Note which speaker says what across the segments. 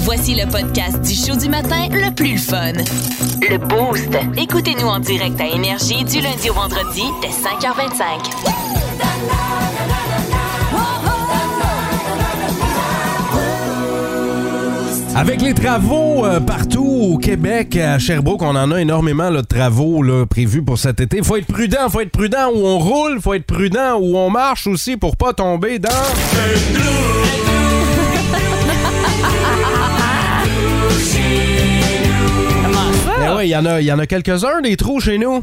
Speaker 1: Voici le podcast du show du matin le plus le fun. Le Boost. Écoutez-nous en direct à Énergie du lundi au vendredi dès 5h25.
Speaker 2: Avec les travaux euh, partout au Québec, à Sherbrooke, on en a énormément là, de travaux là, prévus pour cet été. Faut être prudent, faut être prudent où on roule, faut être prudent où on marche aussi pour pas tomber dans. Mais Eh ouais, il y en a, il y en a quelques-uns des trous chez nous.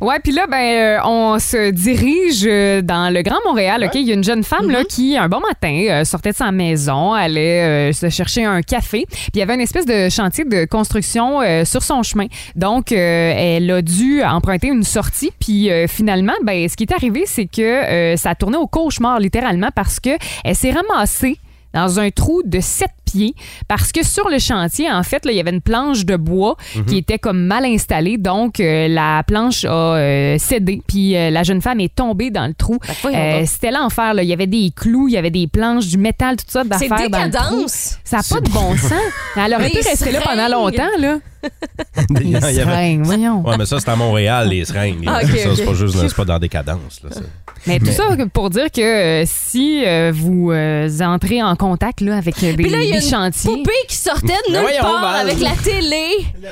Speaker 3: Ouais, puis là, ben, euh, on se dirige euh, dans le Grand Montréal. Ok, il y a une jeune femme là qui, un bon matin, euh, sortait de sa maison, allait euh, se chercher un café. Puis il y avait une espèce de chantier de construction euh, sur son chemin. Donc, euh, elle a dû emprunter une sortie. Puis euh, finalement, ben, ce qui est arrivé, c'est que euh, ça a tourné au cauchemar littéralement parce que elle s'est ramassée dans un trou de 7 pieds parce que sur le chantier, en fait, là, il y avait une planche de bois
Speaker 2: Mhm.
Speaker 3: qui était comme mal installée. Donc, euh, la planche a euh, cédé, puis euh, la jeune femme est tombée dans le trou.
Speaker 4: Ben, voyons
Speaker 3: Euh,
Speaker 4: donc.
Speaker 3: C'était l'enfer. là. Il y avait des clous, il y avait des planches, du métal, tout ça
Speaker 4: C'est
Speaker 3: d'affaires dans le trou.
Speaker 4: décadence.
Speaker 3: Ça n'a pas de bon sens. Elle aurait
Speaker 4: Des
Speaker 3: pu rester là pendant
Speaker 4: seringues.
Speaker 3: longtemps. Là.
Speaker 2: Il y
Speaker 3: Les
Speaker 2: avait-
Speaker 3: seringues, voyons.
Speaker 2: Ouais, mais ça, c'est à Montréal, les seringues.
Speaker 4: Ah,
Speaker 2: là.
Speaker 4: ok,
Speaker 2: ça, c'est
Speaker 4: ok.
Speaker 2: pas juste c'est pas dans des cadences. là, c'est-
Speaker 3: Mais tout ça pour dire que euh, si euh, vous euh, entrez en contact là, avec euh, des,
Speaker 4: Puis là, il y a
Speaker 3: des
Speaker 4: une
Speaker 3: chantiers...
Speaker 4: poupée qui sortait de
Speaker 2: Mais
Speaker 4: nulle
Speaker 2: voyons,
Speaker 4: part
Speaker 2: Val.
Speaker 4: avec la télé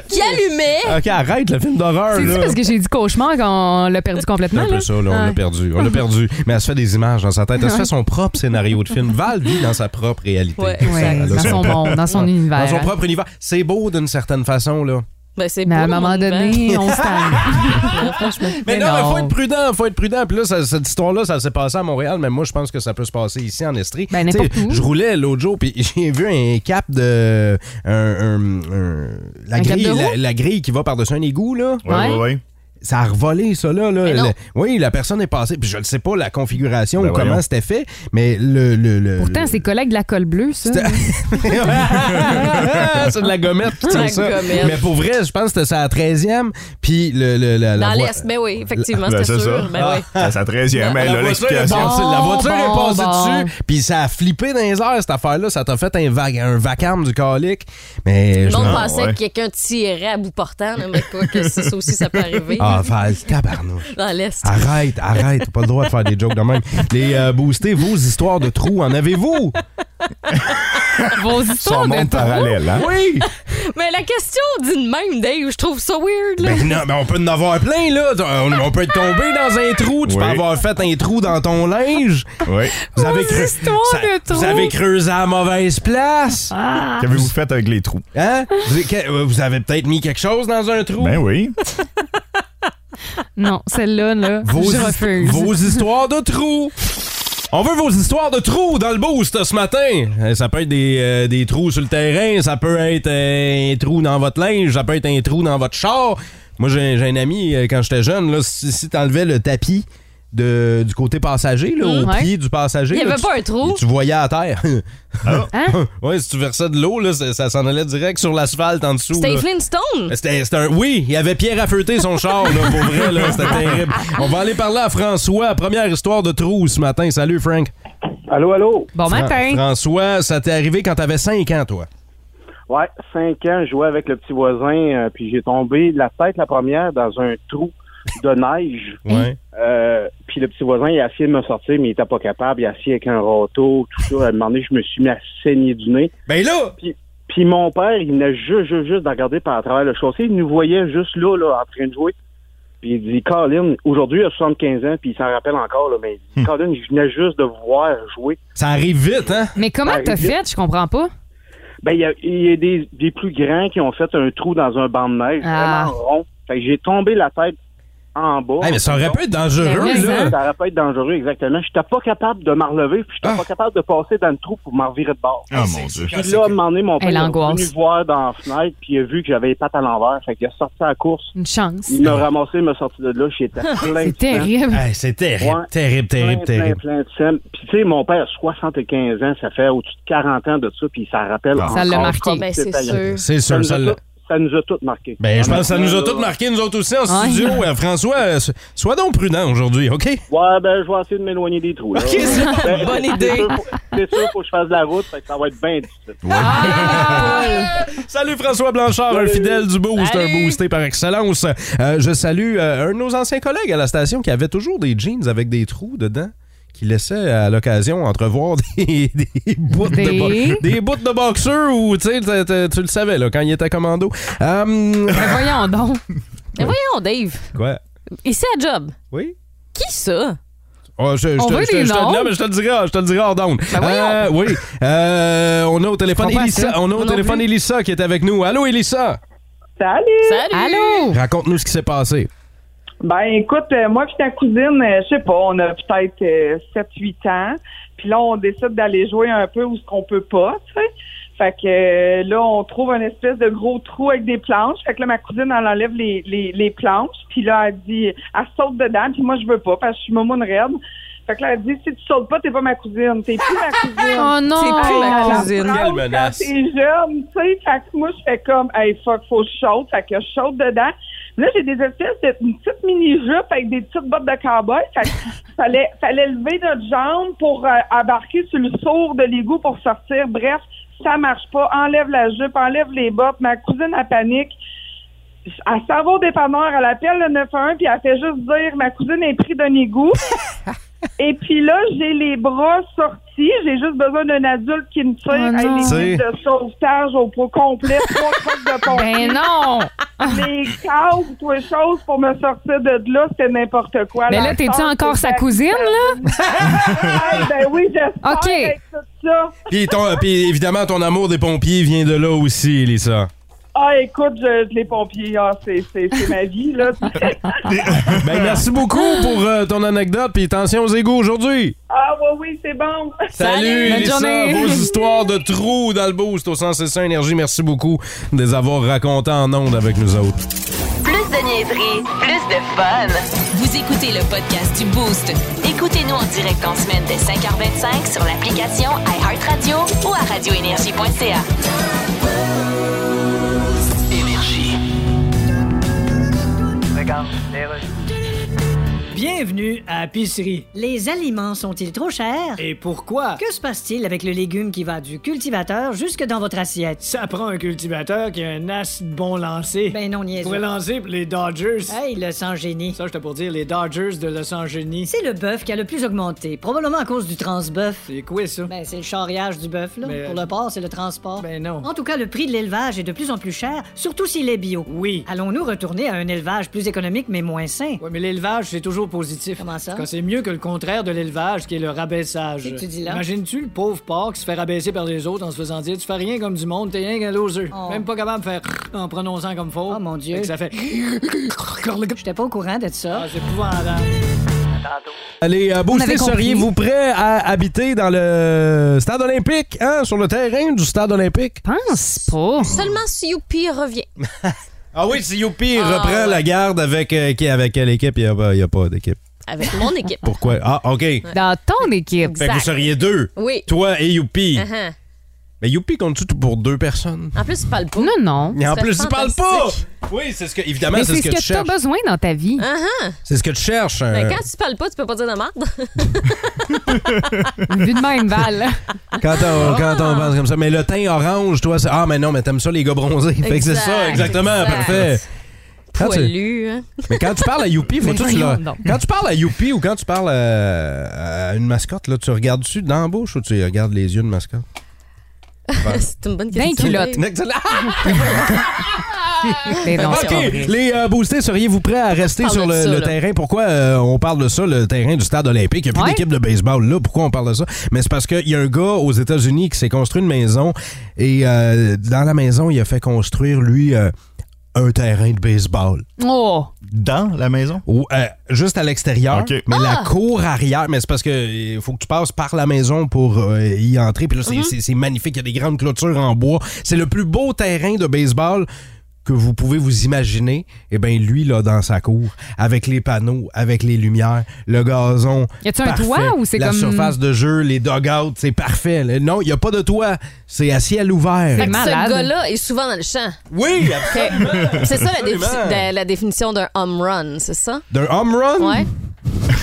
Speaker 4: qui allumait.
Speaker 2: Ok, arrête le film d'horreur.
Speaker 3: C'est-tu
Speaker 2: là.
Speaker 3: parce que j'ai dit cauchemar qu'on l'a perdu
Speaker 2: C'est
Speaker 3: complètement?
Speaker 2: un peu
Speaker 3: là?
Speaker 2: ça, là, on l'a
Speaker 3: Ouais.
Speaker 2: perdu. On l'a perdu. Mais elle se fait des images dans sa tête. Elle se fait son propre scénario de film. Val vit dans sa propre réalité.
Speaker 4: Ouais,
Speaker 3: Ouais,
Speaker 2: Elle a
Speaker 3: dans son monde, dans son univers.
Speaker 2: Dans son propre univers. C'est beau d'une certaine façon, là.
Speaker 4: Ben, c'est
Speaker 3: Mais à un
Speaker 4: beau,
Speaker 3: moment
Speaker 4: mon univers.
Speaker 3: donné, on se tanne.
Speaker 2: Mais,
Speaker 3: Mais
Speaker 2: non, mais
Speaker 3: non.
Speaker 2: faut être prudent, faut être prudent. Puis là, ça- cette histoire-là, ça s'est passé à Montréal, mais moi, je pense que ça peut se passer ici en Estrie.
Speaker 3: Ben,
Speaker 2: Tu sais,
Speaker 3: n'importe où.
Speaker 2: Je roulais l'autre jour, puis j'ai vu un cap de. un- un- un- la,
Speaker 3: Un cap
Speaker 2: grille,
Speaker 3: de roue?
Speaker 2: la, la grille qui va par-dessus un égout, là.
Speaker 3: Ouais.
Speaker 5: Ouais, ouais, ouais.
Speaker 2: ça a revolé, ça, là. là.
Speaker 4: Mais non.
Speaker 2: Le- oui, la personne est passée. Puis je ne sais pas la configuration
Speaker 5: Ben
Speaker 2: ou comment
Speaker 5: voyons.
Speaker 2: c'était fait, mais le. le, le-
Speaker 3: Pourtant,
Speaker 2: le-
Speaker 3: ses collègues de la colle bleue, ça.
Speaker 2: c'est de la gommette, tout
Speaker 4: La
Speaker 2: ça.
Speaker 4: gommette.
Speaker 2: Mais pour vrai, je pense que c'était ça à la 13e. Puis le, le- la, la
Speaker 4: Dans
Speaker 2: voie-
Speaker 4: l'Est, ben oui, effectivement,
Speaker 5: Ben,
Speaker 4: c'était
Speaker 5: c'est
Speaker 4: sûr.
Speaker 5: ça.
Speaker 4: Ben oui.
Speaker 5: C'est sa 13e, elle
Speaker 2: La
Speaker 5: a
Speaker 2: voiture, est
Speaker 5: l'explication.
Speaker 2: passée- la voiture
Speaker 3: Bon,
Speaker 2: est passée
Speaker 3: bon,
Speaker 2: dessus, puis ça a flippé dans les airs, cette affaire-là. Ça t'a fait un, va- un vacarme du calique. Mais
Speaker 4: Le
Speaker 2: je
Speaker 4: monde
Speaker 2: me-
Speaker 5: Ah,
Speaker 4: pensait
Speaker 5: ouais.
Speaker 4: que quelqu'un tirait à bout portant, là, mais quoi que ça, ça aussi, ça peut arriver
Speaker 2: Ah, Val, tabarnouche.
Speaker 4: dans l'Est.
Speaker 2: Arrête, arrête, t'as pas le droit de faire des jokes de même. Les euh, boostez vos histoires de trous, en avez-vous?
Speaker 3: Vos
Speaker 5: Son
Speaker 3: histoires de
Speaker 5: monde parallèle, hein?
Speaker 2: Oui!
Speaker 4: Mais la question dit de même, Dave, je trouve ça weird. Là.
Speaker 2: Ben non, mais on peut en avoir plein, là. On, on peut être tombé dans un trou. Tu peux
Speaker 5: Oui.
Speaker 2: avoir fait un trou dans ton linge.
Speaker 5: Oui.
Speaker 2: Vous avez, creu-
Speaker 3: histoires
Speaker 2: ça-
Speaker 3: de
Speaker 2: vous
Speaker 3: trous.
Speaker 2: avez creusé à la mauvaise place.
Speaker 5: Qu'avez-vous fait avec les trous?
Speaker 2: Hein? Vous, que- euh, vous avez peut-être mis quelque chose dans un trou.
Speaker 5: Ben oui.
Speaker 3: Non, celle-là, là,
Speaker 2: vos,
Speaker 3: je
Speaker 2: his-
Speaker 3: refuse.
Speaker 2: vos histoires de trous. On veut vos histoires de trous dans le boost ce matin. Euh, Ça peut être des, euh, des trous sur le terrain, ça peut être euh, un trou dans votre linge, ça peut être un trou dans votre char. Moi, j'ai j'ai un ami, euh, quand j'étais jeune, là, si, si t'enlevais le tapis de, du côté passager, là, au
Speaker 3: Mm, ouais.
Speaker 2: pied du passager,
Speaker 4: Mmh, Il y
Speaker 2: là,
Speaker 4: avait
Speaker 2: tu-
Speaker 4: pas un trou.
Speaker 2: Tu voyais à terre.
Speaker 3: Hein?
Speaker 2: ouais, si tu versais de l'eau, là, ça, ça s'en allait direct sur l'asphalte en dessous.
Speaker 4: C'était
Speaker 2: là.
Speaker 4: Flintstone.
Speaker 2: C'était c'était un... Oui, il avait Pierre à feuter son char, là, pour vrai, là, c'était terrible. On va aller parler à François, première histoire de trou ce matin. Salut, Frank.
Speaker 6: Allô, allô?
Speaker 3: Bon
Speaker 2: Fran-
Speaker 3: matin.
Speaker 2: François, ça t'est arrivé quand t'avais 5 ans, toi.
Speaker 6: Ouais, cinq ans, je jouais avec le petit voisin, euh, puis j'ai tombé la tête la première dans un trou de neige.
Speaker 2: Ouais.
Speaker 6: Euh, puis le petit voisin, il a essayé de me sortir, mais il était pas capable. Il a essayé avec un râteau, tout ça. À un moment donné, je me suis mis à saigner du nez.
Speaker 2: Ben là!
Speaker 6: Puis mon père, il venait juste, juste, juste de regarder par à travers le chaussée. Il nous voyait juste là, là, en train de jouer. Puis il dit, Colin, aujourd'hui, il a 75 ans, puis il s'en rappelle encore, là, mais il dit, Colin, je venais juste de vous voir jouer.
Speaker 2: Ça arrive vite, hein?
Speaker 3: Mais comment
Speaker 6: Ben,
Speaker 3: t'as
Speaker 6: je-
Speaker 3: fait? Je comprends pas.
Speaker 6: Ben, il y a, il y a des, des plus grands qui ont fait un trou dans un banc de neige
Speaker 3: Ah.
Speaker 6: vraiment rond. Fait que j'ai tombé la tête en bas.
Speaker 2: Hey, mais ça aurait pu être dangereux,
Speaker 3: Ben oui,
Speaker 2: là.
Speaker 3: hein?
Speaker 6: Ça aurait pas été dangereux, exactement. J'étais pas capable de me relever, puis j'étais
Speaker 2: Ah.
Speaker 6: pas capable de passer dans le trou pour m'en virer de bord.
Speaker 5: Ah, mon Dieu.
Speaker 6: Puis là, à un moment donné, mon père
Speaker 3: Hey,
Speaker 6: est
Speaker 3: l'angoisse.
Speaker 6: venu voir dans la fenêtre, puis il a vu que j'avais les pattes à l'envers. Fait qu'il a sorti à la course.
Speaker 3: Une chance.
Speaker 6: Il m'a ramassé, il m'a sorti de là. J'étais plein de
Speaker 3: Ah, C'est
Speaker 6: sang.
Speaker 3: terrible.
Speaker 2: Hey, c'est terrible,
Speaker 6: hein? Ouais.
Speaker 2: terrible, terrible,
Speaker 6: Plein, plein,
Speaker 2: terrible.
Speaker 6: plein de sang. Puis tu sais, mon père, 75 ans, ça fait au-dessus de 40 ans de ça, puis ça rappelle
Speaker 5: Ah.
Speaker 6: encore.
Speaker 3: Ça l'a marqué.
Speaker 2: Ah.
Speaker 6: comme
Speaker 4: Ben, c'est
Speaker 6: c'était hier.
Speaker 4: sûr.
Speaker 2: C'est
Speaker 6: Ça
Speaker 2: sûr,
Speaker 6: nous a
Speaker 2: ça l'a-
Speaker 6: tout- Ah, ça nous a tous marqués.
Speaker 2: Ben, je pense que ça nous a
Speaker 6: Honnêtement,
Speaker 2: tous
Speaker 6: là,
Speaker 2: marqué, nous autres aussi, en
Speaker 3: Ouais.
Speaker 2: studio. Euh, François, euh, so- sois donc prudent aujourd'hui, OK?
Speaker 6: Ouais, ben, je vais essayer de m'éloigner des trous. Là.
Speaker 2: Ok, c'est-
Speaker 6: Ben,
Speaker 4: bonne
Speaker 6: c'est
Speaker 4: idée.
Speaker 6: sûr, faut- C'est sûr, faut que je fasse de la route, fait que ça va être bien difficile.
Speaker 2: Salut François Blanchard, un fidèle du boost, un boosté par excellence. Euh, je salue euh, un de nos anciens collègues à la station qui avait toujours des jeans avec des trous dedans qui laissait à l'occasion entrevoir des, des bouts de
Speaker 3: Des-
Speaker 2: bo- des bouts de boxeur ou tu sais, t'as- t'as- tu le savais là quand il était commando. Hum,
Speaker 3: Ben, voyons donc.
Speaker 4: Mais voyons, Dave.
Speaker 2: quoi
Speaker 4: Ici à Job.
Speaker 2: Oui.
Speaker 4: Qui ça?
Speaker 2: Oh, je, je
Speaker 3: On
Speaker 2: te-
Speaker 3: veut
Speaker 2: je te-
Speaker 3: des
Speaker 2: je te-
Speaker 3: noms. Ben
Speaker 2: non, mais je te le dirai, je te le dirai hors d'onde.
Speaker 3: voyons.
Speaker 2: Euh, oui. Euh, on a au téléphone
Speaker 3: Je comprends
Speaker 2: Elissa, on
Speaker 3: ça.
Speaker 2: a au
Speaker 3: Moi non
Speaker 2: téléphone
Speaker 3: plus.
Speaker 2: Elissa qui est avec nous. Allô Elissa,
Speaker 7: Salut!
Speaker 4: Salut!
Speaker 3: Allô?
Speaker 2: raconte-nous ce qui s'est passé.
Speaker 7: Ben écoute, euh, moi puis ta cousine, euh, je sais pas, on a peut-être 7-8 ans. Puis là, on décide d'aller jouer un peu où ce qu'on peut pas, tu sais. Fait que euh, là, on trouve un espèce de gros trou avec des planches. Fait que là, ma cousine, elle enlève les, les, les planches. Puis là, elle dit, elle saute dedans. Puis moi, je veux pas parce que je suis momoune raide. Fait que là, elle dit, si tu sautes pas, t'es pas ma cousine. T'es plus ma cousine.
Speaker 3: Oh non!
Speaker 4: C'est plus ma
Speaker 7: Elle
Speaker 4: cousine.
Speaker 7: approche
Speaker 2: Quelle menace.
Speaker 7: quand t'es jeune, tu sais. Fait que moi, je fais comme, hey, fuck, faut que je saute. Fait que je saute dedans. Là, j'ai des espèces de une petite mini-jupe avec des petites bottes de cowboy. Fait que fallait, fallait lever notre jambe pour euh, embarquer sur le sourd de l'égout pour sortir. Bref, ça marche pas. Enlève la jupe, enlève les bottes. Ma cousine, elle panique. Elle s'en va au dépanneur, elle appelle le 911, puis elle fait juste dire « Ma cousine est prise d'un égout ». Et puis là, j'ai les bras sortis. J'ai juste besoin d'un adulte qui me tire.
Speaker 3: Oh
Speaker 7: Hey,
Speaker 3: non.
Speaker 7: les kits de sauvetage au pro complet, trois trucs de pompiers,
Speaker 3: Ben non!
Speaker 7: les câbles, toutes les choses pour me sortir de là, c'était n'importe quoi.
Speaker 3: Mais
Speaker 7: La
Speaker 3: Ben là, t'es-tu
Speaker 7: chance,
Speaker 3: encore sa
Speaker 7: c'est-
Speaker 3: cousine, là?
Speaker 7: Hey, ben oui, j'espère
Speaker 3: OK.
Speaker 7: avec tout ça.
Speaker 2: Puis, ton- puis évidemment, ton amour des pompiers vient de là aussi, Elissa.
Speaker 7: Ah, écoute, je, les pompiers, ah, c'est c'est- c'est ma vie, là.
Speaker 2: Ben, merci beaucoup pour euh, ton anecdote, puis attention aux égouts aujourd'hui.
Speaker 7: Ah, ouais, oui, c'est bon.
Speaker 2: Salut,
Speaker 3: bonne
Speaker 2: Elissa.
Speaker 3: journée.
Speaker 2: Vos histoires de trous dans le boost au 106.1 Énergie. Merci beaucoup de les avoir racontées en ondes avec nous autres.
Speaker 1: Plus de niaiserie, plus de fun. Vous écoutez le podcast du Boost. Écoutez-nous en direct en semaine dès 5h25 sur l'application iHeartRadio ou à radioénergie.ca.
Speaker 8: Bienvenue à Pisserie.
Speaker 9: Les aliments sont-ils trop chers?
Speaker 8: Et pourquoi?
Speaker 9: Que se passe-t-il avec le légume qui va du cultivateur jusque dans votre assiette?
Speaker 8: Ça prend un cultivateur qui a un as de bon lancer.
Speaker 9: Ben non,
Speaker 8: Il
Speaker 9: niaise.
Speaker 8: pourrait lancer pour les Dodgers.
Speaker 9: Hey, le sang génie.
Speaker 8: Ça, j'étais pour dire les Dodgers de Los Angeles.
Speaker 9: C'est le bœuf qui a le plus augmenté, probablement à cause du transbœuf.
Speaker 8: C'est quoi ça?
Speaker 9: Ben, c'est le charriage du bœuf, là.
Speaker 8: Mais- euh,
Speaker 9: Pour le porc, c'est le transport.
Speaker 8: Ben non.
Speaker 9: En tout cas, le prix de l'élevage est de plus en plus cher, surtout s'il est bio.
Speaker 8: Oui.
Speaker 9: Allons-nous retourner à un élevage plus économique mais moins sain?
Speaker 8: Ouais, mais l'élevage, c'est toujours positif.
Speaker 9: Comment ça?
Speaker 8: Quand c'est mieux que le contraire de l'élevage, qui est le rabaissage.
Speaker 9: Qu'est-ce que tu dis là?
Speaker 8: Imagines-tu le pauvre porc qui se fait rabaisser par les autres en se faisant dire Tu fais rien comme du monde, t'es rien qu'un loser.
Speaker 9: Oh.
Speaker 8: Même pas capable de faire en prononçant comme faux.
Speaker 9: Oh, mon Dieu.
Speaker 8: Fait que ça fait.
Speaker 9: J'étais pas au courant de ça.
Speaker 8: Ah, c'est épouvantable.
Speaker 2: Allez, euh, Boosté,
Speaker 3: avait compris.
Speaker 2: seriez-vous prêt à habiter dans le stade olympique, hein, sur le terrain du stade olympique?
Speaker 3: Pense pas.
Speaker 4: Seulement si Youpi revient.
Speaker 2: Ah oui, si Youpi
Speaker 4: Ah,
Speaker 2: reprend
Speaker 4: ouais.
Speaker 2: la garde avec, euh, qui- avec quelle équipe? Il n'y a, pas- il y a pas d'équipe.
Speaker 4: Avec mon équipe.
Speaker 2: Pourquoi? Ah, OK.
Speaker 3: Dans ton équipe.
Speaker 2: Fait que vous seriez deux,
Speaker 4: Oui.
Speaker 2: toi et
Speaker 3: Euh,
Speaker 2: Youpi.
Speaker 4: Uh-huh.
Speaker 2: Mais Youpi compte-tu tout pour deux personnes?
Speaker 4: En plus, il parle pas.
Speaker 3: Non, non.
Speaker 2: Et en
Speaker 4: C'est
Speaker 2: plus, il parle pas!
Speaker 4: fantastique.
Speaker 2: Oui, c'est ce que, évidemment,
Speaker 3: Mais
Speaker 2: c'est ce que, tu
Speaker 3: t'as
Speaker 2: cherches.
Speaker 3: besoin dans ta vie.
Speaker 10: Hein?
Speaker 4: Uh-huh.
Speaker 2: C'est ce que tu cherches.
Speaker 4: Mais
Speaker 2: euh,
Speaker 4: Ben, quand tu parles pas, tu peux pas dire de merde.
Speaker 3: Vu de même, Val.
Speaker 2: Quand on, quand on pense comme ça. Mais le teint orange, toi, c'est. Ah, mais non, mais t'aimes ça, les gars bronzés. Fait que c'est ça,
Speaker 4: Exact,
Speaker 2: exactement,
Speaker 4: exact.
Speaker 2: parfait. Quand Ah, tu,
Speaker 4: Poilu. hein.
Speaker 2: mais quand tu parles à Youpi, faut-tu que tu
Speaker 3: voyons
Speaker 2: la-
Speaker 3: donc.
Speaker 2: Quand tu parles à Youpi ou quand tu parles euh, à, à une mascotte, là, tu regardes-tu dans la bouche ou tu regardes les yeux de mascotte?
Speaker 4: C'est une bonne
Speaker 3: D'un
Speaker 4: question.
Speaker 3: culotte.
Speaker 4: Dave.
Speaker 2: Excellent.
Speaker 3: Mais non, c'est
Speaker 2: OK,
Speaker 3: pas vrai.
Speaker 2: les euh, boostés, seriez-vous prêts à rester
Speaker 4: Parle
Speaker 2: sur
Speaker 4: de
Speaker 2: le,
Speaker 4: ça,
Speaker 2: le
Speaker 4: là.
Speaker 2: terrain? Pourquoi euh, on parle de ça, le terrain du stade olympique? Il n'y a plus
Speaker 3: Ouais.
Speaker 2: d'équipe de baseball là. Pourquoi on parle de ça? Mais c'est parce qu'il y a un gars aux États-Unis qui s'est construit une maison et euh, dans la maison, il a fait construire, lui, euh, un terrain de baseball.
Speaker 3: Oh!
Speaker 5: Dans la maison?
Speaker 2: Ou, euh, juste à l'extérieur,
Speaker 5: OK.
Speaker 2: mais
Speaker 3: Ah!
Speaker 2: la cour arrière. Mais c'est parce que il faut que tu passes par la maison pour euh, y
Speaker 3: Mm-hmm.
Speaker 2: entrer. Puis là, c'est- c'est c'est magnifique. Il y a des grandes clôtures en bois. C'est le plus beau terrain de baseball que vous pouvez vous imaginer, eh bien, lui, là, dans sa cour, avec les panneaux, avec les lumières, le gazon.
Speaker 3: Y a-t-il un
Speaker 2: parfait,
Speaker 3: toit ou c'est
Speaker 2: La
Speaker 3: comme-
Speaker 2: surface de jeu, les dugouts, c'est parfait. là. Non, il n'y a pas de toit. C'est à ciel
Speaker 4: Fait
Speaker 2: ouvert.
Speaker 4: que
Speaker 3: malade.
Speaker 4: ce gars-là est souvent dans le champ.
Speaker 2: Oui,
Speaker 4: Fait- C'est ça la, défi-
Speaker 2: Absolument.
Speaker 4: la- la définition d'un home run, c'est ça?
Speaker 2: D'un home run?
Speaker 4: Ouais.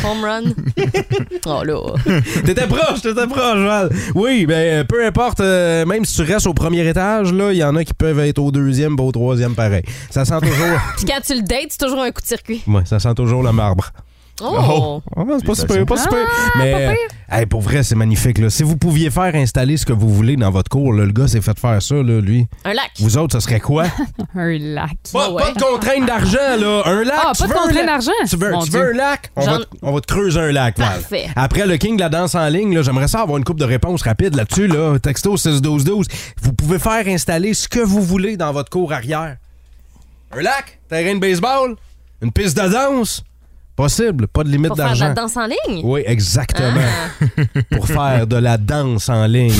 Speaker 4: Home run. oh là.
Speaker 2: T'étais proche, t'étais proche, Val. Oui, ben peu importe, euh, même si tu restes au premier étage, là, il y en a qui peuvent être au deuxième, pas au troisième, pareil. Ça sent toujours.
Speaker 4: Puis quand tu le dates, c'est toujours un coup de circuit.
Speaker 2: ouais, ça sent toujours le marbre.
Speaker 4: Oh!
Speaker 2: Ah, c'est pas super, pas super. Mais euh, hey, pour vrai, c'est magnifique. Là. Si vous pouviez faire installer ce que vous voulez dans votre cours, là, le gars s'est fait faire ça, là, lui.
Speaker 4: Un lac.
Speaker 2: Vous autres, ça serait quoi?
Speaker 3: Un lac.
Speaker 2: Pas,
Speaker 4: ouais.
Speaker 2: pas de contrainte d'argent, là. Un lac.
Speaker 3: Ah,
Speaker 2: tu
Speaker 3: pas de
Speaker 2: veux un
Speaker 3: contrainte
Speaker 2: lac?
Speaker 3: d'argent?
Speaker 2: Tu veux,
Speaker 3: Mon
Speaker 2: tu
Speaker 3: Dieu.
Speaker 2: veux un lac? On, va,
Speaker 4: J'en-
Speaker 2: te- on va te creuser un lac, Val.
Speaker 4: Parfait.
Speaker 2: Après le king de la danse en ligne, là, j'aimerais ça avoir une coupe de réponses rapides là-dessus, là. Texto 6-12-12. Vous pouvez faire installer ce que vous voulez dans votre cour arrière. Un lac? Terrain de baseball? Une piste de danse? Possible, pas de limite
Speaker 4: Pour faire de la
Speaker 2: d'argent.
Speaker 4: danse en ligne?
Speaker 2: Oui, exactement.
Speaker 4: Ah.
Speaker 2: Pour faire de la danse en ligne.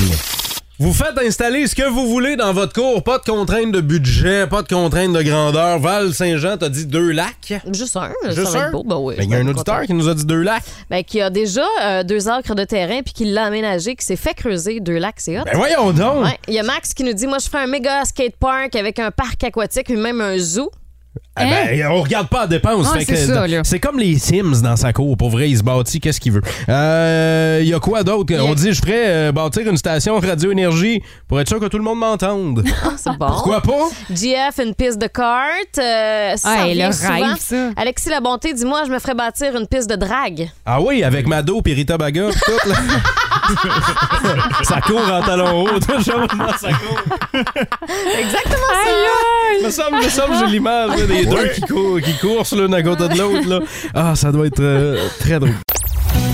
Speaker 2: Vous faites installer ce que vous voulez dans votre cours. Pas de contrainte de budget, pas de contrainte de grandeur. Val Saint-Jean t'a dit deux lacs.
Speaker 4: Juste un.
Speaker 2: Juste
Speaker 4: ça va
Speaker 2: un?
Speaker 4: être beau. Ben oui.
Speaker 2: Ben, Il y a
Speaker 4: je
Speaker 2: un
Speaker 4: vais être
Speaker 2: auditeur
Speaker 4: contente.
Speaker 2: qui nous a dit deux lacs.
Speaker 4: Ben, qui a déjà euh, deux acres de terrain puis qui l'a aménagé, qui s'est fait creuser deux lacs, c'est hot.
Speaker 2: Ben voyons donc.
Speaker 4: Ouais. Il y a Max qui nous dit Moi, je ferais un méga skate park avec un parc aquatique et même un zoo.
Speaker 2: Ah ben,
Speaker 4: hein?
Speaker 2: on regarde pas à dépenses.
Speaker 4: Ah,
Speaker 3: Ouais,
Speaker 2: Fait
Speaker 3: c'est
Speaker 2: que-
Speaker 3: ça, là.
Speaker 2: c'est comme les Sims dans sa cour. Pour vrai, il se bâtit qu'est-ce qu'il veut. Euh, Il y a quoi d'autre? On dit je ferais euh, bâtir une station radio-énergie pour être sûr que tout le monde m'entende.
Speaker 4: Ah, c'est bon.
Speaker 2: Pourquoi pas?
Speaker 4: GF, une piste de kart. Euh, ça
Speaker 3: Ah,
Speaker 4: revient
Speaker 3: et le
Speaker 4: souvent.
Speaker 3: rêve, ça.
Speaker 4: Alexis La Bonté dit Moi, je me ferais bâtir une piste de drague.
Speaker 2: Ah oui, avec Mado, puis Rita Baga, puis tout. Là. ça court en talons hauts, toujours dans sa cour.
Speaker 4: Exactement
Speaker 2: Me semble, me semble, j'ai l'image là, des deux qui, courent, qui coursent l'une à côté de l'autre. là. Ah, ça doit être euh, très drôle.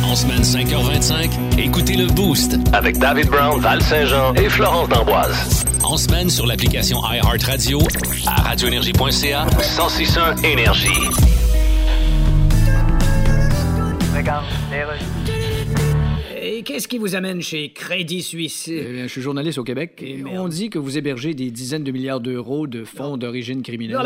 Speaker 11: En semaine 5h25, écoutez le Boost.
Speaker 12: Avec David Brown, Val Saint-Jean et Florence d'Amboise.
Speaker 11: En semaine sur l'application iHeartRadio à radioénergie.ca.
Speaker 12: 1061 Énergie.
Speaker 9: Et qu'est-ce qui vous amène chez Crédit Suisse? Eh
Speaker 8: Eh bien, je suis journaliste au Québec. Et
Speaker 9: merde.
Speaker 8: on dit que vous hébergez des dizaines de milliards d'euros de fonds d'origine criminelle.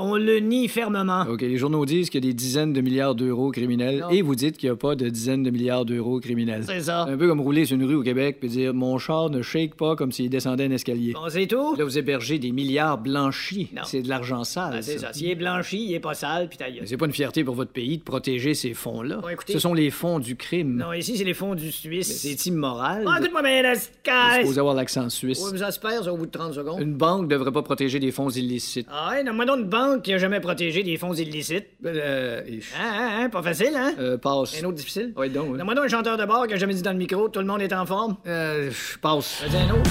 Speaker 9: On le nie fermement.
Speaker 8: OK, les journaux disent qu'il y a des dizaines de milliards d'euros criminels
Speaker 9: Non.
Speaker 8: et vous dites qu'il n'y a pas de dizaines de milliards d'euros criminels. Euh,
Speaker 9: C'est ça.
Speaker 8: un peu comme rouler sur une rue au Québec puis dire mon char ne shake pas comme s'il descendait un escalier.
Speaker 9: Bon, c'est tout?
Speaker 8: Là, vous hébergez des milliards blanchis.
Speaker 9: Non.
Speaker 8: C'est de l'argent sale.
Speaker 9: Ah, c'est
Speaker 8: ça.
Speaker 9: ça. S'il est blanchi, il est pas sale, puis ta gueule.
Speaker 8: Mais C'est pas une fierté pour votre pays de protéger ces fonds-là.
Speaker 9: Bon, écoutez-
Speaker 8: Ce sont les fonds du crime.
Speaker 9: Non, ici, c'est les fonds du Suisse.
Speaker 8: Mais C'est immoral.
Speaker 9: Ah, écoute-moi bien, la
Speaker 8: Vous
Speaker 9: sky!
Speaker 8: supposez avoir l'accent suisse.
Speaker 9: Oui, mais ça se perd, ça, au bout de 30 secondes.
Speaker 8: Une banque devrait pas protéger des fonds illicites.
Speaker 9: Ah, ouais, non, moi donc une banque qui a jamais protégé des fonds illicites.
Speaker 8: Euh, et-
Speaker 9: Hein, hein, hein, pas facile, hein?
Speaker 8: euh, passe.
Speaker 9: Un autre difficile?
Speaker 8: Ouais, donc. ouais.
Speaker 9: Non, moi donc un chanteur de bar qui a jamais dit dans le micro, tout le monde est en forme.
Speaker 8: Euh, je passe.
Speaker 9: Vas-y, un autre.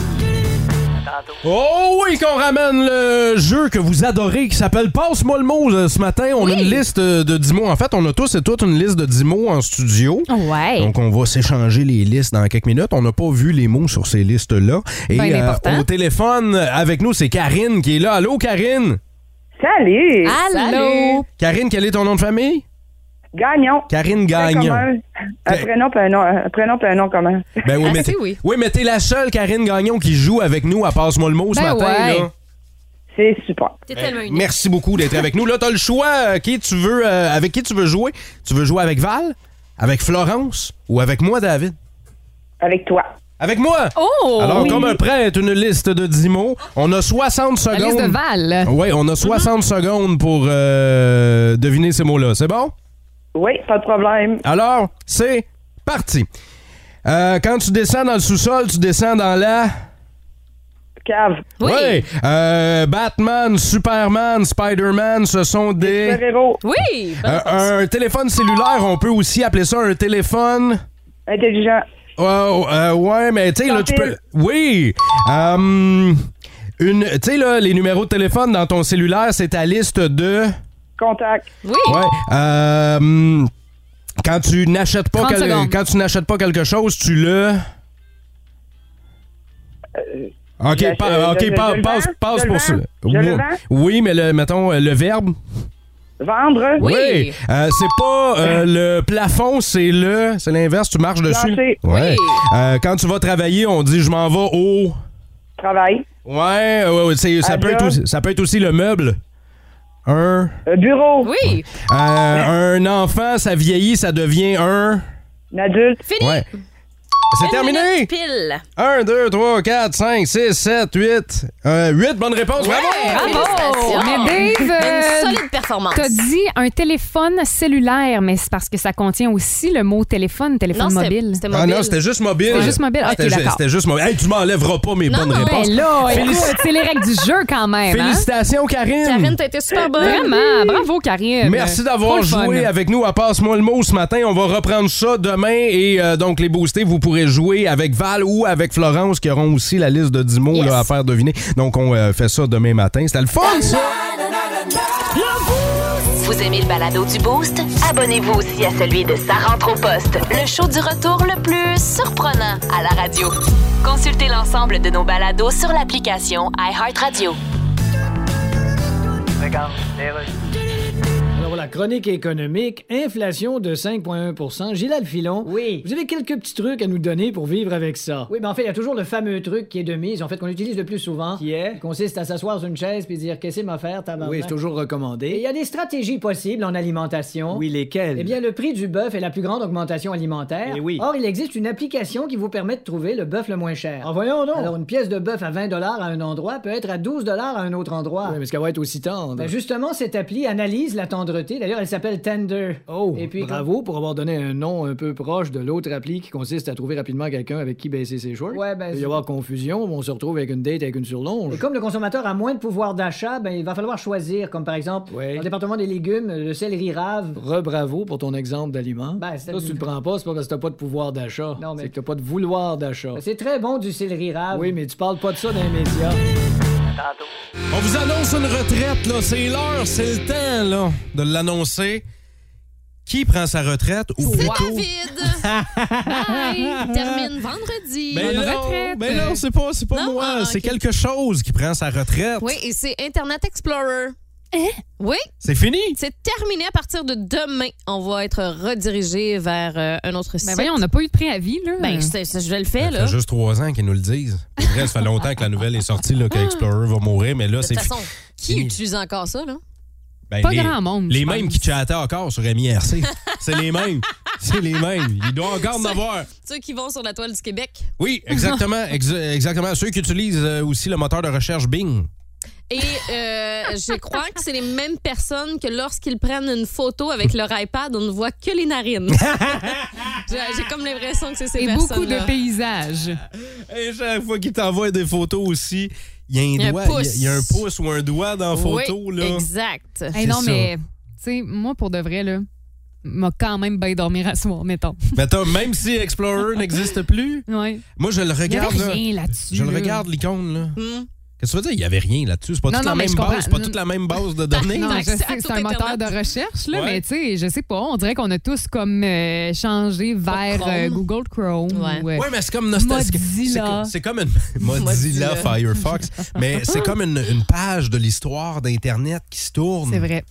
Speaker 2: Oh oui, qu'on ramène le jeu que vous adorez qui s'appelle Passe-moi le mot euh, ce matin. On a une liste euh, de 10 mots. En fait, on a tous et toutes une liste de 10 mots en studio.
Speaker 3: Ah Ouais.
Speaker 2: Donc, on va s'échanger les listes dans quelques minutes. On n'a pas vu les mots sur ces listes-là. Et euh,
Speaker 3: Ben important.
Speaker 2: au téléphone, euh, avec nous, c'est Karine qui est là. Allô, Karine?
Speaker 7: Salut!
Speaker 3: Allô?
Speaker 2: Karine, quel est ton nom de famille?
Speaker 7: Gagnon!
Speaker 2: Karine Gagnon.
Speaker 7: Commun. Un prénom puis un nom, un prénom puis un nom commun.
Speaker 2: Ben oui,
Speaker 4: Ah,
Speaker 2: mais
Speaker 4: si,
Speaker 2: t'es-
Speaker 4: oui.
Speaker 2: mais t'es la seule Karine Gagnon qui joue avec nous à Passe-moi le mot ce
Speaker 3: Ben
Speaker 2: matin.
Speaker 3: ouais.
Speaker 2: là.
Speaker 7: C'est super.
Speaker 4: T'es tellement unique.
Speaker 2: Merci beaucoup d'être avec nous. Là, t'as le choix euh, qui tu veux, euh, avec qui tu veux jouer. Tu veux jouer avec Val, avec Florence ou avec moi, David?
Speaker 7: Avec toi.
Speaker 2: Avec moi!
Speaker 3: Oh!
Speaker 2: Alors,
Speaker 7: oui.
Speaker 2: comme un prêtre, une liste de 10 mots. On a 60
Speaker 3: la
Speaker 2: secondes.
Speaker 3: liste de Val.
Speaker 2: Oui, on a 60 secondes pour euh, deviner ces mots-là. C'est bon?
Speaker 7: Oui, pas de problème.
Speaker 2: Alors, c'est parti. Euh, quand tu descends dans le sous-sol, tu descends dans la...
Speaker 7: Cave.
Speaker 4: Oui.
Speaker 2: Ouais. Euh, Batman, Superman, Spider-Man, ce sont des...
Speaker 7: Ferrero.
Speaker 4: Oui.
Speaker 2: Euh, un téléphone cellulaire, on peut aussi appeler ça un téléphone.
Speaker 7: Intelligent.
Speaker 2: Oh, euh, ouais, mais tu sais, là, tu peux.
Speaker 7: Tentez.
Speaker 2: Oui! Euh, une... Tu sais, là, les numéros de téléphone dans ton cellulaire, c'est ta liste de.
Speaker 7: Contact.
Speaker 4: Oui.
Speaker 2: Ouais. euh, quand tu n'achètes pas,
Speaker 3: 30
Speaker 2: quel-
Speaker 3: secondes.
Speaker 2: quand tu n'achètes pas quelque chose, tu le.
Speaker 7: Euh, je
Speaker 2: Ok,
Speaker 7: l'achète-
Speaker 2: pa- ok,
Speaker 7: je- euh, je-
Speaker 2: pa-
Speaker 7: je le
Speaker 2: passe,
Speaker 7: vends?
Speaker 2: passe
Speaker 7: Je le
Speaker 2: pour ça.
Speaker 7: vends? Je le
Speaker 2: Oui.
Speaker 7: vends?
Speaker 2: Oui, mais le, mettons, euh, le verbe.
Speaker 7: Vendre.
Speaker 4: Oui.
Speaker 2: Euh, c'est pas euh, le plafond, c'est le. C'est l'inverse, tu marches dessus.
Speaker 7: Plancher.
Speaker 2: Ouais. Euh, quand tu vas travailler, on dit je m'en vais au.
Speaker 7: Travail.
Speaker 2: Ouais, ouais, ouais, c'est- ça,
Speaker 13: Un
Speaker 2: peut être
Speaker 13: job.
Speaker 2: aussi, ça peut être aussi le meuble. Un.
Speaker 7: Euh,
Speaker 2: euh,
Speaker 13: Un bureau.
Speaker 3: Oui.
Speaker 10: Oh.
Speaker 2: un enfant, ça vieillit, ça devient un.
Speaker 13: Un adulte.
Speaker 2: Fini. Ouais. C'est
Speaker 10: Une
Speaker 2: terminé.
Speaker 10: minute Pile.
Speaker 2: 1, 2, 3, 4, 5, 6, 7, 8. 8 euh, bonnes réponses.
Speaker 10: Ouais.
Speaker 2: Bravo!
Speaker 10: Félicitations.
Speaker 3: Mais Dave, euh,
Speaker 10: Une solide performance.
Speaker 3: T'as dit un téléphone cellulaire, mais c'est parce que ça contient aussi le mot téléphone, téléphone
Speaker 10: Non, c'était-
Speaker 3: mobile.
Speaker 10: c'était
Speaker 2: Ah non, c'était juste mobile.
Speaker 3: C'était juste mobile. Ah,
Speaker 2: C'était
Speaker 3: ok,
Speaker 2: ju-
Speaker 3: d'accord.
Speaker 2: C'était juste mobile. Hey, tu m'enlèveras pas mes bonnes
Speaker 3: Ben
Speaker 2: réponses.
Speaker 3: là,
Speaker 2: Félici-
Speaker 3: écoute, c'est les règles du jeu quand même. hein?
Speaker 2: Félicitations, Karine.
Speaker 4: Karine, t'as été super bonne.
Speaker 3: Vraiment, bravo, Karine.
Speaker 2: Merci d'avoir
Speaker 3: Trop le
Speaker 2: joué
Speaker 3: fun.
Speaker 2: avec nous à Passe-moi le mot ce matin. On va reprendre ça demain et euh, donc les boostés, vous pourrez jouer avec Val ou avec Florence qui auront aussi la liste de 10 mots là, à faire deviner. Donc on euh, fait ça demain matin. C'était le fun ça!
Speaker 1: Vous aimez le balado du Boost? Abonnez-vous aussi à celui de Sa rentre au poste, le show du retour le plus surprenant à la radio. Consultez l'ensemble de nos balados sur l'application iHeartRadio.
Speaker 8: Alors voilà, chronique économique, inflation de 5,1 Gilal Filon. Oui. Vous avez quelques petits trucs à nous donner pour vivre avec ça.
Speaker 9: Oui, ben en fait, il y a toujours le fameux truc qui est de mise, en fait, qu'on utilise le plus souvent. Qui est? consiste à s'asseoir sur une chaise puis dire Qu'est-ce que m'a faire, tabarnak?
Speaker 8: Oui, c'est toujours
Speaker 9: Et il
Speaker 8: recommandé.
Speaker 9: y a des stratégies possibles en alimentation.
Speaker 8: Oui, lesquels?
Speaker 9: Eh bien, le prix du bœuf est la plus grande augmentation alimentaire.
Speaker 8: Eh oui.
Speaker 9: Or, il existe une application qui vous permet de trouver le bœuf le moins cher.
Speaker 8: Ah,
Speaker 9: En voyons donc. Alors, une pièce de bœuf à 20 à un endroit peut être à 12 à un autre endroit.
Speaker 8: Oui, mais ce qu'elle va être aussi tendre.
Speaker 9: Ben, justement, cette appli analyse la tendreté. D'ailleurs, elle s'appelle Tender.
Speaker 8: Oh,
Speaker 9: Et puis,
Speaker 8: bravo pour avoir donné un nom un peu proche de l'autre appli qui consiste à trouver rapidement quelqu'un avec qui baisser ses shorts.
Speaker 9: Ouais, ben,
Speaker 8: Il peut
Speaker 9: c'est-
Speaker 8: y avoir confusion, on se retrouve avec une date avec une surlonge.
Speaker 9: Et comme le consommateur a moins de pouvoir d'achat, ben, il va falloir choisir, comme par exemple,
Speaker 8: Ouais.
Speaker 9: dans le département des légumes, le céleri rave.
Speaker 8: Re-bravo pour ton exemple d'aliment.
Speaker 9: Ben, c'est-
Speaker 8: ça, si tu le prends pas, c'est pas parce que t'as pas de pouvoir d'achat.
Speaker 9: Non, mais- Ben,
Speaker 8: C'est que t'as pas de vouloir d'achat.
Speaker 9: C'est très bon du céleri rave.
Speaker 8: Oui, mais tu parles pas de ça dans les médias.
Speaker 2: On vous annonce une retraite, là. C'est l'heure, c'est le temps, là, de l'annoncer. Qui prend sa retraite ou
Speaker 10: C'est
Speaker 2: plutôt.
Speaker 10: David. Bye. Termine vendredi.
Speaker 2: Ben non, ben non, c'est pas, c'est pas
Speaker 10: Non?
Speaker 2: moi,
Speaker 10: Ah, ok.
Speaker 2: c'est quelque chose qui prend sa retraite.
Speaker 10: Oui, et c'est Internet Explorer.
Speaker 3: Hein?
Speaker 10: Oui.
Speaker 2: C'est fini.
Speaker 10: C'est terminé à partir de demain. On va être redirigé vers euh, un autre site.
Speaker 3: Ben, voyons, on n'a pas eu de préavis, là.
Speaker 10: Ben, c'est- c'est- je vais le faire,
Speaker 2: Ça
Speaker 10: là.
Speaker 2: fait juste trois ans qu'ils nous le disent. Pour vrai, ça fait longtemps que la nouvelle est sortie, là, qu'Explorer va mourir, mais là,
Speaker 10: De
Speaker 2: c'est.
Speaker 10: toute façon, qui
Speaker 2: fini.
Speaker 10: utilise encore ça, là?
Speaker 2: Ben,
Speaker 3: pas
Speaker 2: les,
Speaker 3: grand monde,
Speaker 2: Les
Speaker 3: je
Speaker 2: mêmes
Speaker 3: pense.
Speaker 2: qui chattaient encore sur MIRC. c'est les mêmes. C'est les mêmes. Il doit encore en avoir.
Speaker 10: Ceux qui vont sur la toile du Québec.
Speaker 2: Oui, exactement. ex- exactement. Ceux qui utilisent euh, aussi le moteur de recherche Bing.
Speaker 10: Et euh, je crois que c'est les mêmes personnes que lorsqu'ils prennent une photo avec leur iPad, on ne voit que les narines. J'ai j'ai comme l'impression que c'est ces
Speaker 3: Et
Speaker 10: personnes
Speaker 3: beaucoup de paysages.
Speaker 2: Et chaque fois qu'il t'envoie des photos aussi, il y a un
Speaker 10: Il y a un
Speaker 2: doigt. Il y a-
Speaker 10: pouce.
Speaker 2: il y, a un pouce ou un doigt dans la photo.
Speaker 10: oui,
Speaker 2: là.
Speaker 10: Exact.
Speaker 3: Hey, Eh non, mais, tu sais, moi, pour de vrai, là, m'a quand même bien dormir à soir, mettons.
Speaker 2: Mais attends, Ben, même si Explorer n'existe plus,
Speaker 3: Ouais.
Speaker 2: moi, je le
Speaker 3: Il y avait
Speaker 2: regarde. là.
Speaker 3: rien là-dessus.
Speaker 2: je le
Speaker 3: là.
Speaker 2: regarde, l'icône. là.
Speaker 10: Hmm.
Speaker 2: Qu'est-ce que tu veux dire? Il n'y avait rien là-dessus. C'est pas,
Speaker 3: Non,
Speaker 2: toute,
Speaker 3: non,
Speaker 2: la
Speaker 3: mais
Speaker 2: même
Speaker 3: je comprends.
Speaker 2: base, c'est pas
Speaker 3: Non.
Speaker 2: toute la même base de données.
Speaker 3: Non, je
Speaker 10: d'accès
Speaker 3: sais
Speaker 10: à
Speaker 3: que
Speaker 10: tout
Speaker 3: c'est un moteur de
Speaker 10: Internet.
Speaker 3: recherche, là,
Speaker 2: Ouais.
Speaker 3: mais tu sais, je sais pas. On dirait qu'on a tous comme euh, changé vers
Speaker 10: Chrome.
Speaker 3: euh, Google Chrome.
Speaker 10: Ouais.
Speaker 3: ou, euh,
Speaker 2: Oui, mais c'est comme nostalgique. C'est
Speaker 3: Mozilla.
Speaker 2: co- C'est comme une Mozilla
Speaker 10: Mozilla.
Speaker 2: Firefox, mais c'est comme une, une page de l'histoire d'Internet qui se tourne.
Speaker 3: C'est vrai.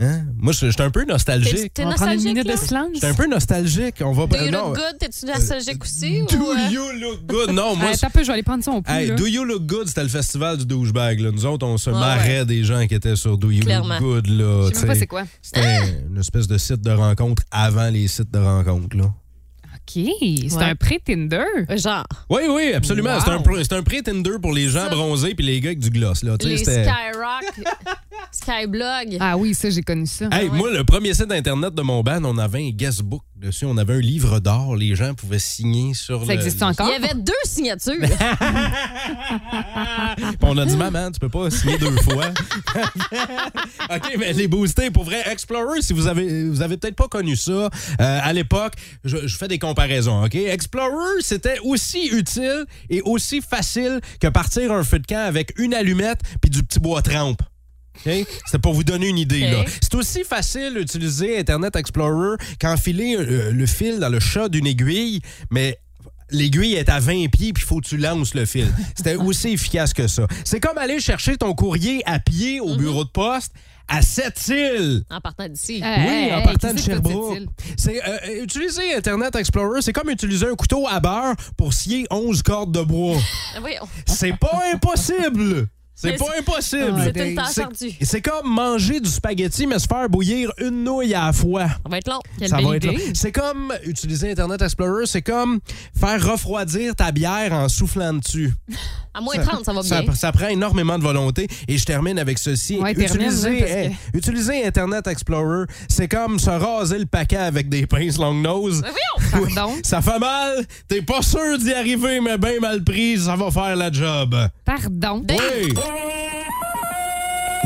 Speaker 2: Hein? Moi, je je suis un peu
Speaker 10: T'es
Speaker 2: nostalgique.
Speaker 10: t'es
Speaker 3: On va prendre une
Speaker 10: nostalgique,
Speaker 3: minute
Speaker 10: là?
Speaker 3: de silence.
Speaker 2: J'étais un peu nostalgique. On va
Speaker 10: Do you
Speaker 2: non,
Speaker 10: look good? T'es-tu nostalgique aussi?
Speaker 2: Do
Speaker 10: ou, euh?
Speaker 2: you look good? Non, moi.
Speaker 3: Hey,
Speaker 2: c'est-
Speaker 3: attends un peu, je vais aller prendre son pouls.
Speaker 2: Hey,
Speaker 3: là.
Speaker 2: Do You Look Good, c'était le festival du douchebag. là. Nous autres, on se
Speaker 10: Ah,
Speaker 2: marrait des gens qui étaient sur Do You
Speaker 10: Clairement.
Speaker 2: Look Good. Là,
Speaker 3: Je sais même pas
Speaker 2: t'sais.
Speaker 3: c'est quoi.
Speaker 2: C'était une espèce de site de rencontre avant les sites de rencontre. Là.
Speaker 3: OK, c'est
Speaker 10: Ouais.
Speaker 3: un pré-Tinder.
Speaker 10: Genre,
Speaker 2: Oui, oui, absolument.
Speaker 3: Wow.
Speaker 2: C'est un, pr- c'est un pré-Tinder pour les gens
Speaker 10: Ça-
Speaker 2: bronzés puis les gars avec du gloss. Là. T'sais,
Speaker 10: les
Speaker 2: c'était-
Speaker 10: Skyrock, Skyblog.
Speaker 3: Ah oui, ça, j'ai connu ça.
Speaker 2: Hey, moi, le premier site internet de mon ban, on avait un guestbook dessus. On avait un livre d'or. Les gens pouvaient signer sur
Speaker 3: ça
Speaker 2: le.
Speaker 3: existe
Speaker 2: le-
Speaker 3: encore?
Speaker 10: Il y avait deux signatures.
Speaker 2: Puis on a dit, maman, tu peux pas signer deux fois. OK, mais les boostés, pour vrai, Explorer, si vous avez, vous avez peut-être pas connu ça, euh, à l'époque, je, je fais des comparaisons, OK? Explorer, c'était aussi utile et aussi facile que partir un feu de camp avec une allumette puis du petit bois trempe. OK? C'était pour vous donner une idée. là.
Speaker 10: OK.
Speaker 2: C'est aussi facile d'utiliser Internet Explorer qu'enfiler euh, le fil dans le chat d'une aiguille, mais L'aiguille est à 20 pieds, puis il faut que tu lances le fil. C'était aussi efficace que ça. C'est comme aller chercher ton courrier à pied
Speaker 10: Mm-hmm.
Speaker 2: au bureau de poste à Sept-Îles.
Speaker 10: En partant d'ici.
Speaker 3: Euh,
Speaker 2: Oui, en partant de Sherbrooke. C'est, euh, euh, utiliser Internet Explorer, c'est comme utiliser un couteau à beurre pour scier 11 cordes de bois.
Speaker 10: Voyons.
Speaker 2: C'est pas impossible! C'est
Speaker 10: Mais
Speaker 2: pas
Speaker 10: c'est-
Speaker 2: impossible!
Speaker 10: Ah, c'est une tâche
Speaker 2: C'est-
Speaker 10: ardue.
Speaker 2: C'est comme manger du spaghetti, mais se faire bouillir une nouille à la fois.
Speaker 10: Ça va être long.
Speaker 2: Ça va être long. C'est comme utiliser Internet Explorer, c'est comme faire refroidir ta bière en soufflant dessus.
Speaker 10: À moins 30, ça va bien.
Speaker 2: Ça, prend énormément de volonté. Et je termine avec ceci.
Speaker 10: Ouais, termine,
Speaker 2: utiliser,
Speaker 10: hein, parce
Speaker 2: hey, utiliser Internet Explorer, c'est comme se raser le paquet avec des pinces long nose. Oui, ça fait mal. T'es pas sûr d'y arriver, mais bien mal prise, ça va faire la job.
Speaker 3: Pardon.
Speaker 2: Oui.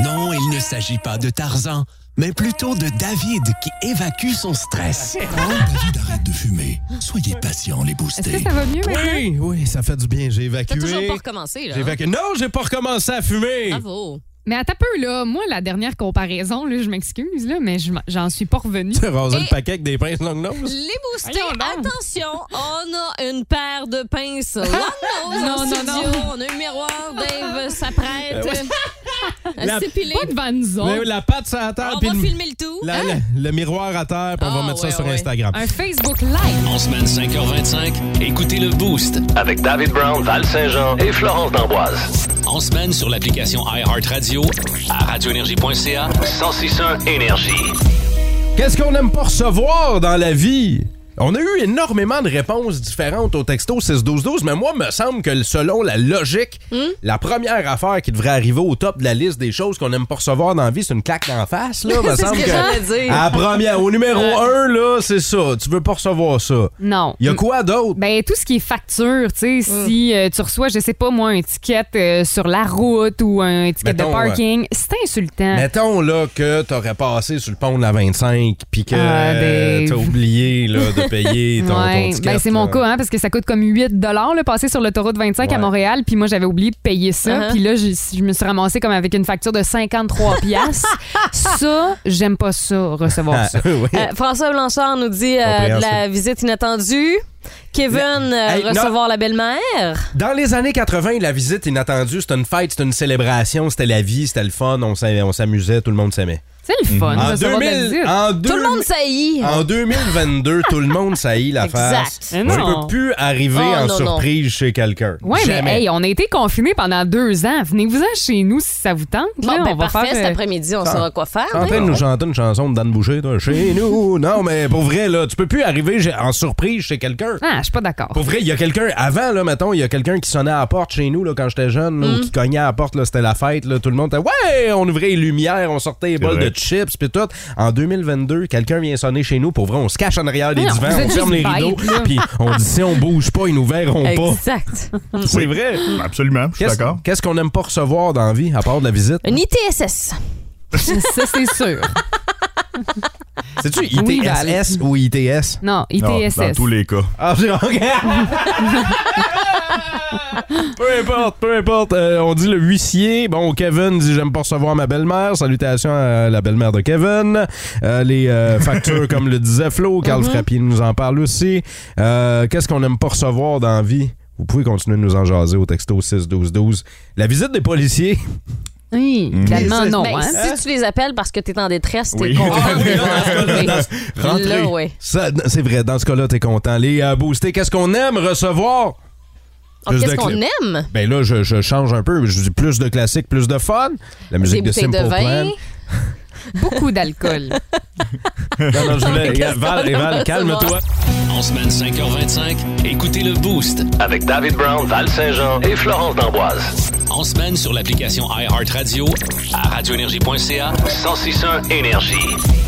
Speaker 11: Non, il ne s'agit pas de Tarzan, mais plutôt de David qui évacue son stress. Hein? David arrête de fumer. Soyez patients, les boostés.
Speaker 2: Est-ce que ça va mieux Oui, oui, ça fait du bien. J'ai évacué.
Speaker 10: T'as toujours pas Ah recommencé, là.
Speaker 2: J'ai évacué. Non, j'ai pas recommencé à fumer.
Speaker 10: Bravo.
Speaker 3: Mais attends un peu, là. Moi, la dernière comparaison, là, je m'excuse, là, mais je m'en- j'en suis pas revenue.
Speaker 2: Tu as rasé le paquet avec des pinces long nose?
Speaker 10: Les boostés, attention, on a une paire de pinces long nose
Speaker 3: Non,
Speaker 10: en
Speaker 3: non,
Speaker 10: studio.
Speaker 3: non.
Speaker 10: On a un miroir, Dave s'apprête.
Speaker 2: Euh,
Speaker 10: à
Speaker 2: La-
Speaker 10: s'épiler.
Speaker 2: Mais la patte sur la terre.
Speaker 10: Ah, On
Speaker 2: puis
Speaker 10: va
Speaker 2: le-
Speaker 10: filmer le tout. Hein?
Speaker 2: la- la- le miroir à terre, puis on va
Speaker 3: Ah,
Speaker 2: mettre ça sur Instagram.
Speaker 3: Facebook Live.
Speaker 11: En semaine 5h25, écoutez le Boost.
Speaker 12: Avec David Brown, Val Saint-Jean et Florence D'Amboise.
Speaker 11: En semaine sur l'application iHeartRadio à radioénergie.ca.
Speaker 12: 1061 Énergie.
Speaker 2: Qu'est-ce qu'on aime pas recevoir dans la vie? On a eu énormément de réponses différentes au texto 6-12-12, mais moi, me semble que selon la logique,
Speaker 3: Hmm?
Speaker 2: la première affaire qui devrait arriver au top de la liste des choses qu'on aime pas recevoir dans la vie, c'est une claque d'en face. Là, me
Speaker 10: C'est ce
Speaker 2: semble
Speaker 10: que j'allais dire.
Speaker 2: À la première, au numéro 1, là, c'est ça. Tu veux pas recevoir ça.
Speaker 3: Non.
Speaker 2: Il y a quoi d'autre?
Speaker 3: Ben, tout ce qui est facture, tu sais, si euh, tu reçois, je sais pas moi, un ticket euh, sur la route ou un ticket
Speaker 2: Mettons, euh,
Speaker 3: de parking, c'est insultant.
Speaker 2: Mettons là que t'aurais passé sur le pont de la 25 puis que
Speaker 3: Ah,
Speaker 2: euh,
Speaker 3: Dave.
Speaker 2: t'as oublié là, de payer ton, ton
Speaker 3: Ouais,
Speaker 2: ticket, Euh,
Speaker 3: ben c'est mon
Speaker 2: là.
Speaker 3: cas, hein, parce que ça coûte comme 8 le passer sur l'autoroute 25 à
Speaker 2: Ouais.
Speaker 3: Montréal, puis moi, j'avais oublié de payer ça,
Speaker 10: Uh-huh.
Speaker 3: puis là, je, je me suis ramassée comme avec une facture de 53 piastres. ça, j'aime pas ça, recevoir ça.
Speaker 2: Oui.
Speaker 10: Euh, François Blanchard nous dit euh, de la
Speaker 2: Compréhensible.
Speaker 10: visite inattendue. Kevin, euh,
Speaker 2: Hey, non.
Speaker 10: recevoir la belle-mère.
Speaker 2: Dans les années 80, la visite inattendue, c'était une fête, c'était une célébration, c'était la vie, c'était le fun, on s'am- on s'amusait, tout le monde s'aimait.
Speaker 3: C'est le fun,
Speaker 2: En
Speaker 3: recevoir de la
Speaker 2: 2000,
Speaker 3: visite.
Speaker 2: Ah, en Tout Ah,
Speaker 10: Tout le monde saillit.
Speaker 2: En 2022, tout le monde saillit la
Speaker 10: Exact.
Speaker 2: face.
Speaker 3: Eh
Speaker 2: On
Speaker 3: non.
Speaker 2: ne peut plus arriver
Speaker 3: Oh,
Speaker 2: en
Speaker 3: non, non.
Speaker 2: surprise chez quelqu'un.
Speaker 3: Oui, mais
Speaker 2: Jamais.
Speaker 3: hey, on a été confinés pendant deux ans. Venez-vous-en chez nous si ça vous tente.
Speaker 10: Bon,
Speaker 3: là,
Speaker 10: ben,
Speaker 3: on va
Speaker 10: parfait,
Speaker 3: faire,
Speaker 10: cet
Speaker 3: euh,
Speaker 10: après-midi,
Speaker 2: Ah.
Speaker 10: on saura quoi faire.
Speaker 2: T'es en train
Speaker 10: hein?
Speaker 2: de nous chanter une chanson de Dan Boucher, toi, chez nous. Non, mais pour vrai, là, tu peux plus arriver chez- en surprise chez quelqu'un.
Speaker 3: Ah, je suis pas d'accord.
Speaker 2: Pour vrai, il y a quelqu'un, avant, là, mettons, il y a quelqu'un qui sonnait à la porte chez nous, là, quand j'étais jeune, là, ou
Speaker 3: Mm.
Speaker 2: qui cognait à la porte, là, c'était la fête, là, tout le monde était, ouais, on ouvrait les lumières, on sortait les bols
Speaker 5: vrai.
Speaker 2: de chips, puis tout. En 2022, quelqu'un vient sonner chez nous, pour vrai, on se cache en arrière des
Speaker 3: Non,
Speaker 2: divans,
Speaker 3: vous êtes
Speaker 2: on ferme les
Speaker 3: juste
Speaker 2: rideaux,
Speaker 3: bêtes, là.
Speaker 2: puis on dit, si on bouge pas, ils nous verront pas.
Speaker 10: Exact.
Speaker 2: C'est vrai.
Speaker 5: Absolument, je suis
Speaker 2: Qu'est-ce
Speaker 5: d'accord.
Speaker 2: qu'est-ce qu'on aime pas recevoir dans la vie, à part de la visite?
Speaker 10: Une ITSS.
Speaker 3: ça, c'est sûr.
Speaker 2: C'est-tu
Speaker 3: Oui, ben, Val.
Speaker 2: ITSS ou ITS?
Speaker 3: Non, ITSS.
Speaker 5: dans tous les cas.
Speaker 2: Ah, j'ai- ok. peu importe, peu importe. Euh, on dit le huissier. Bon, Kevin dit j'aime pas recevoir ma belle-mère. Salutations à la belle-mère de Kevin. Euh, les euh, factures, comme le disait Flo. Carl Frappier nous en parle aussi. Euh, Qu'est-ce qu'on aime pas recevoir dans la vie? Vous pouvez continuer de nous en jaser au texto 6-12-12. La visite des policiers.
Speaker 3: Oui,
Speaker 2: Mm.
Speaker 3: finalement, non.
Speaker 10: Ben,
Speaker 3: hein.
Speaker 10: Si tu les appelles parce que t'es en détresse, t'es Oh,
Speaker 2: Oui.
Speaker 10: con.
Speaker 2: Ah oui, là, dans ce cas-là, dans ce- rentrez.
Speaker 10: Là, ouais.
Speaker 2: Ça, C'est vrai, dans ce cas-là, t'es content. Les euh, boostés, qu'est-ce qu'on aime recevoir?
Speaker 10: Ah,
Speaker 2: Plus
Speaker 10: Qu'est-ce
Speaker 2: de
Speaker 10: qu'on
Speaker 2: clips.
Speaker 10: aime?
Speaker 2: Ben là, je, je change un peu. Je dis plus de classique, plus de fun. La musique
Speaker 10: Des
Speaker 2: de
Speaker 10: bouteilles
Speaker 2: Simple
Speaker 10: de vin.
Speaker 2: Plan.
Speaker 3: Beaucoup d'alcool.
Speaker 2: Non, non, je voulais-
Speaker 11: Qu'est-ce
Speaker 2: Val,
Speaker 11: qu'on
Speaker 2: Val,
Speaker 11: aime
Speaker 2: calme-toi.
Speaker 11: recevoir? En semaine 5h25, écoutez le Boost.
Speaker 12: Avec David Brown, Val Saint-Jean et Florence D'Amboise.
Speaker 11: En semaine sur l'application iHeartRadio à radioénergie.ca.
Speaker 12: 1061 Énergie.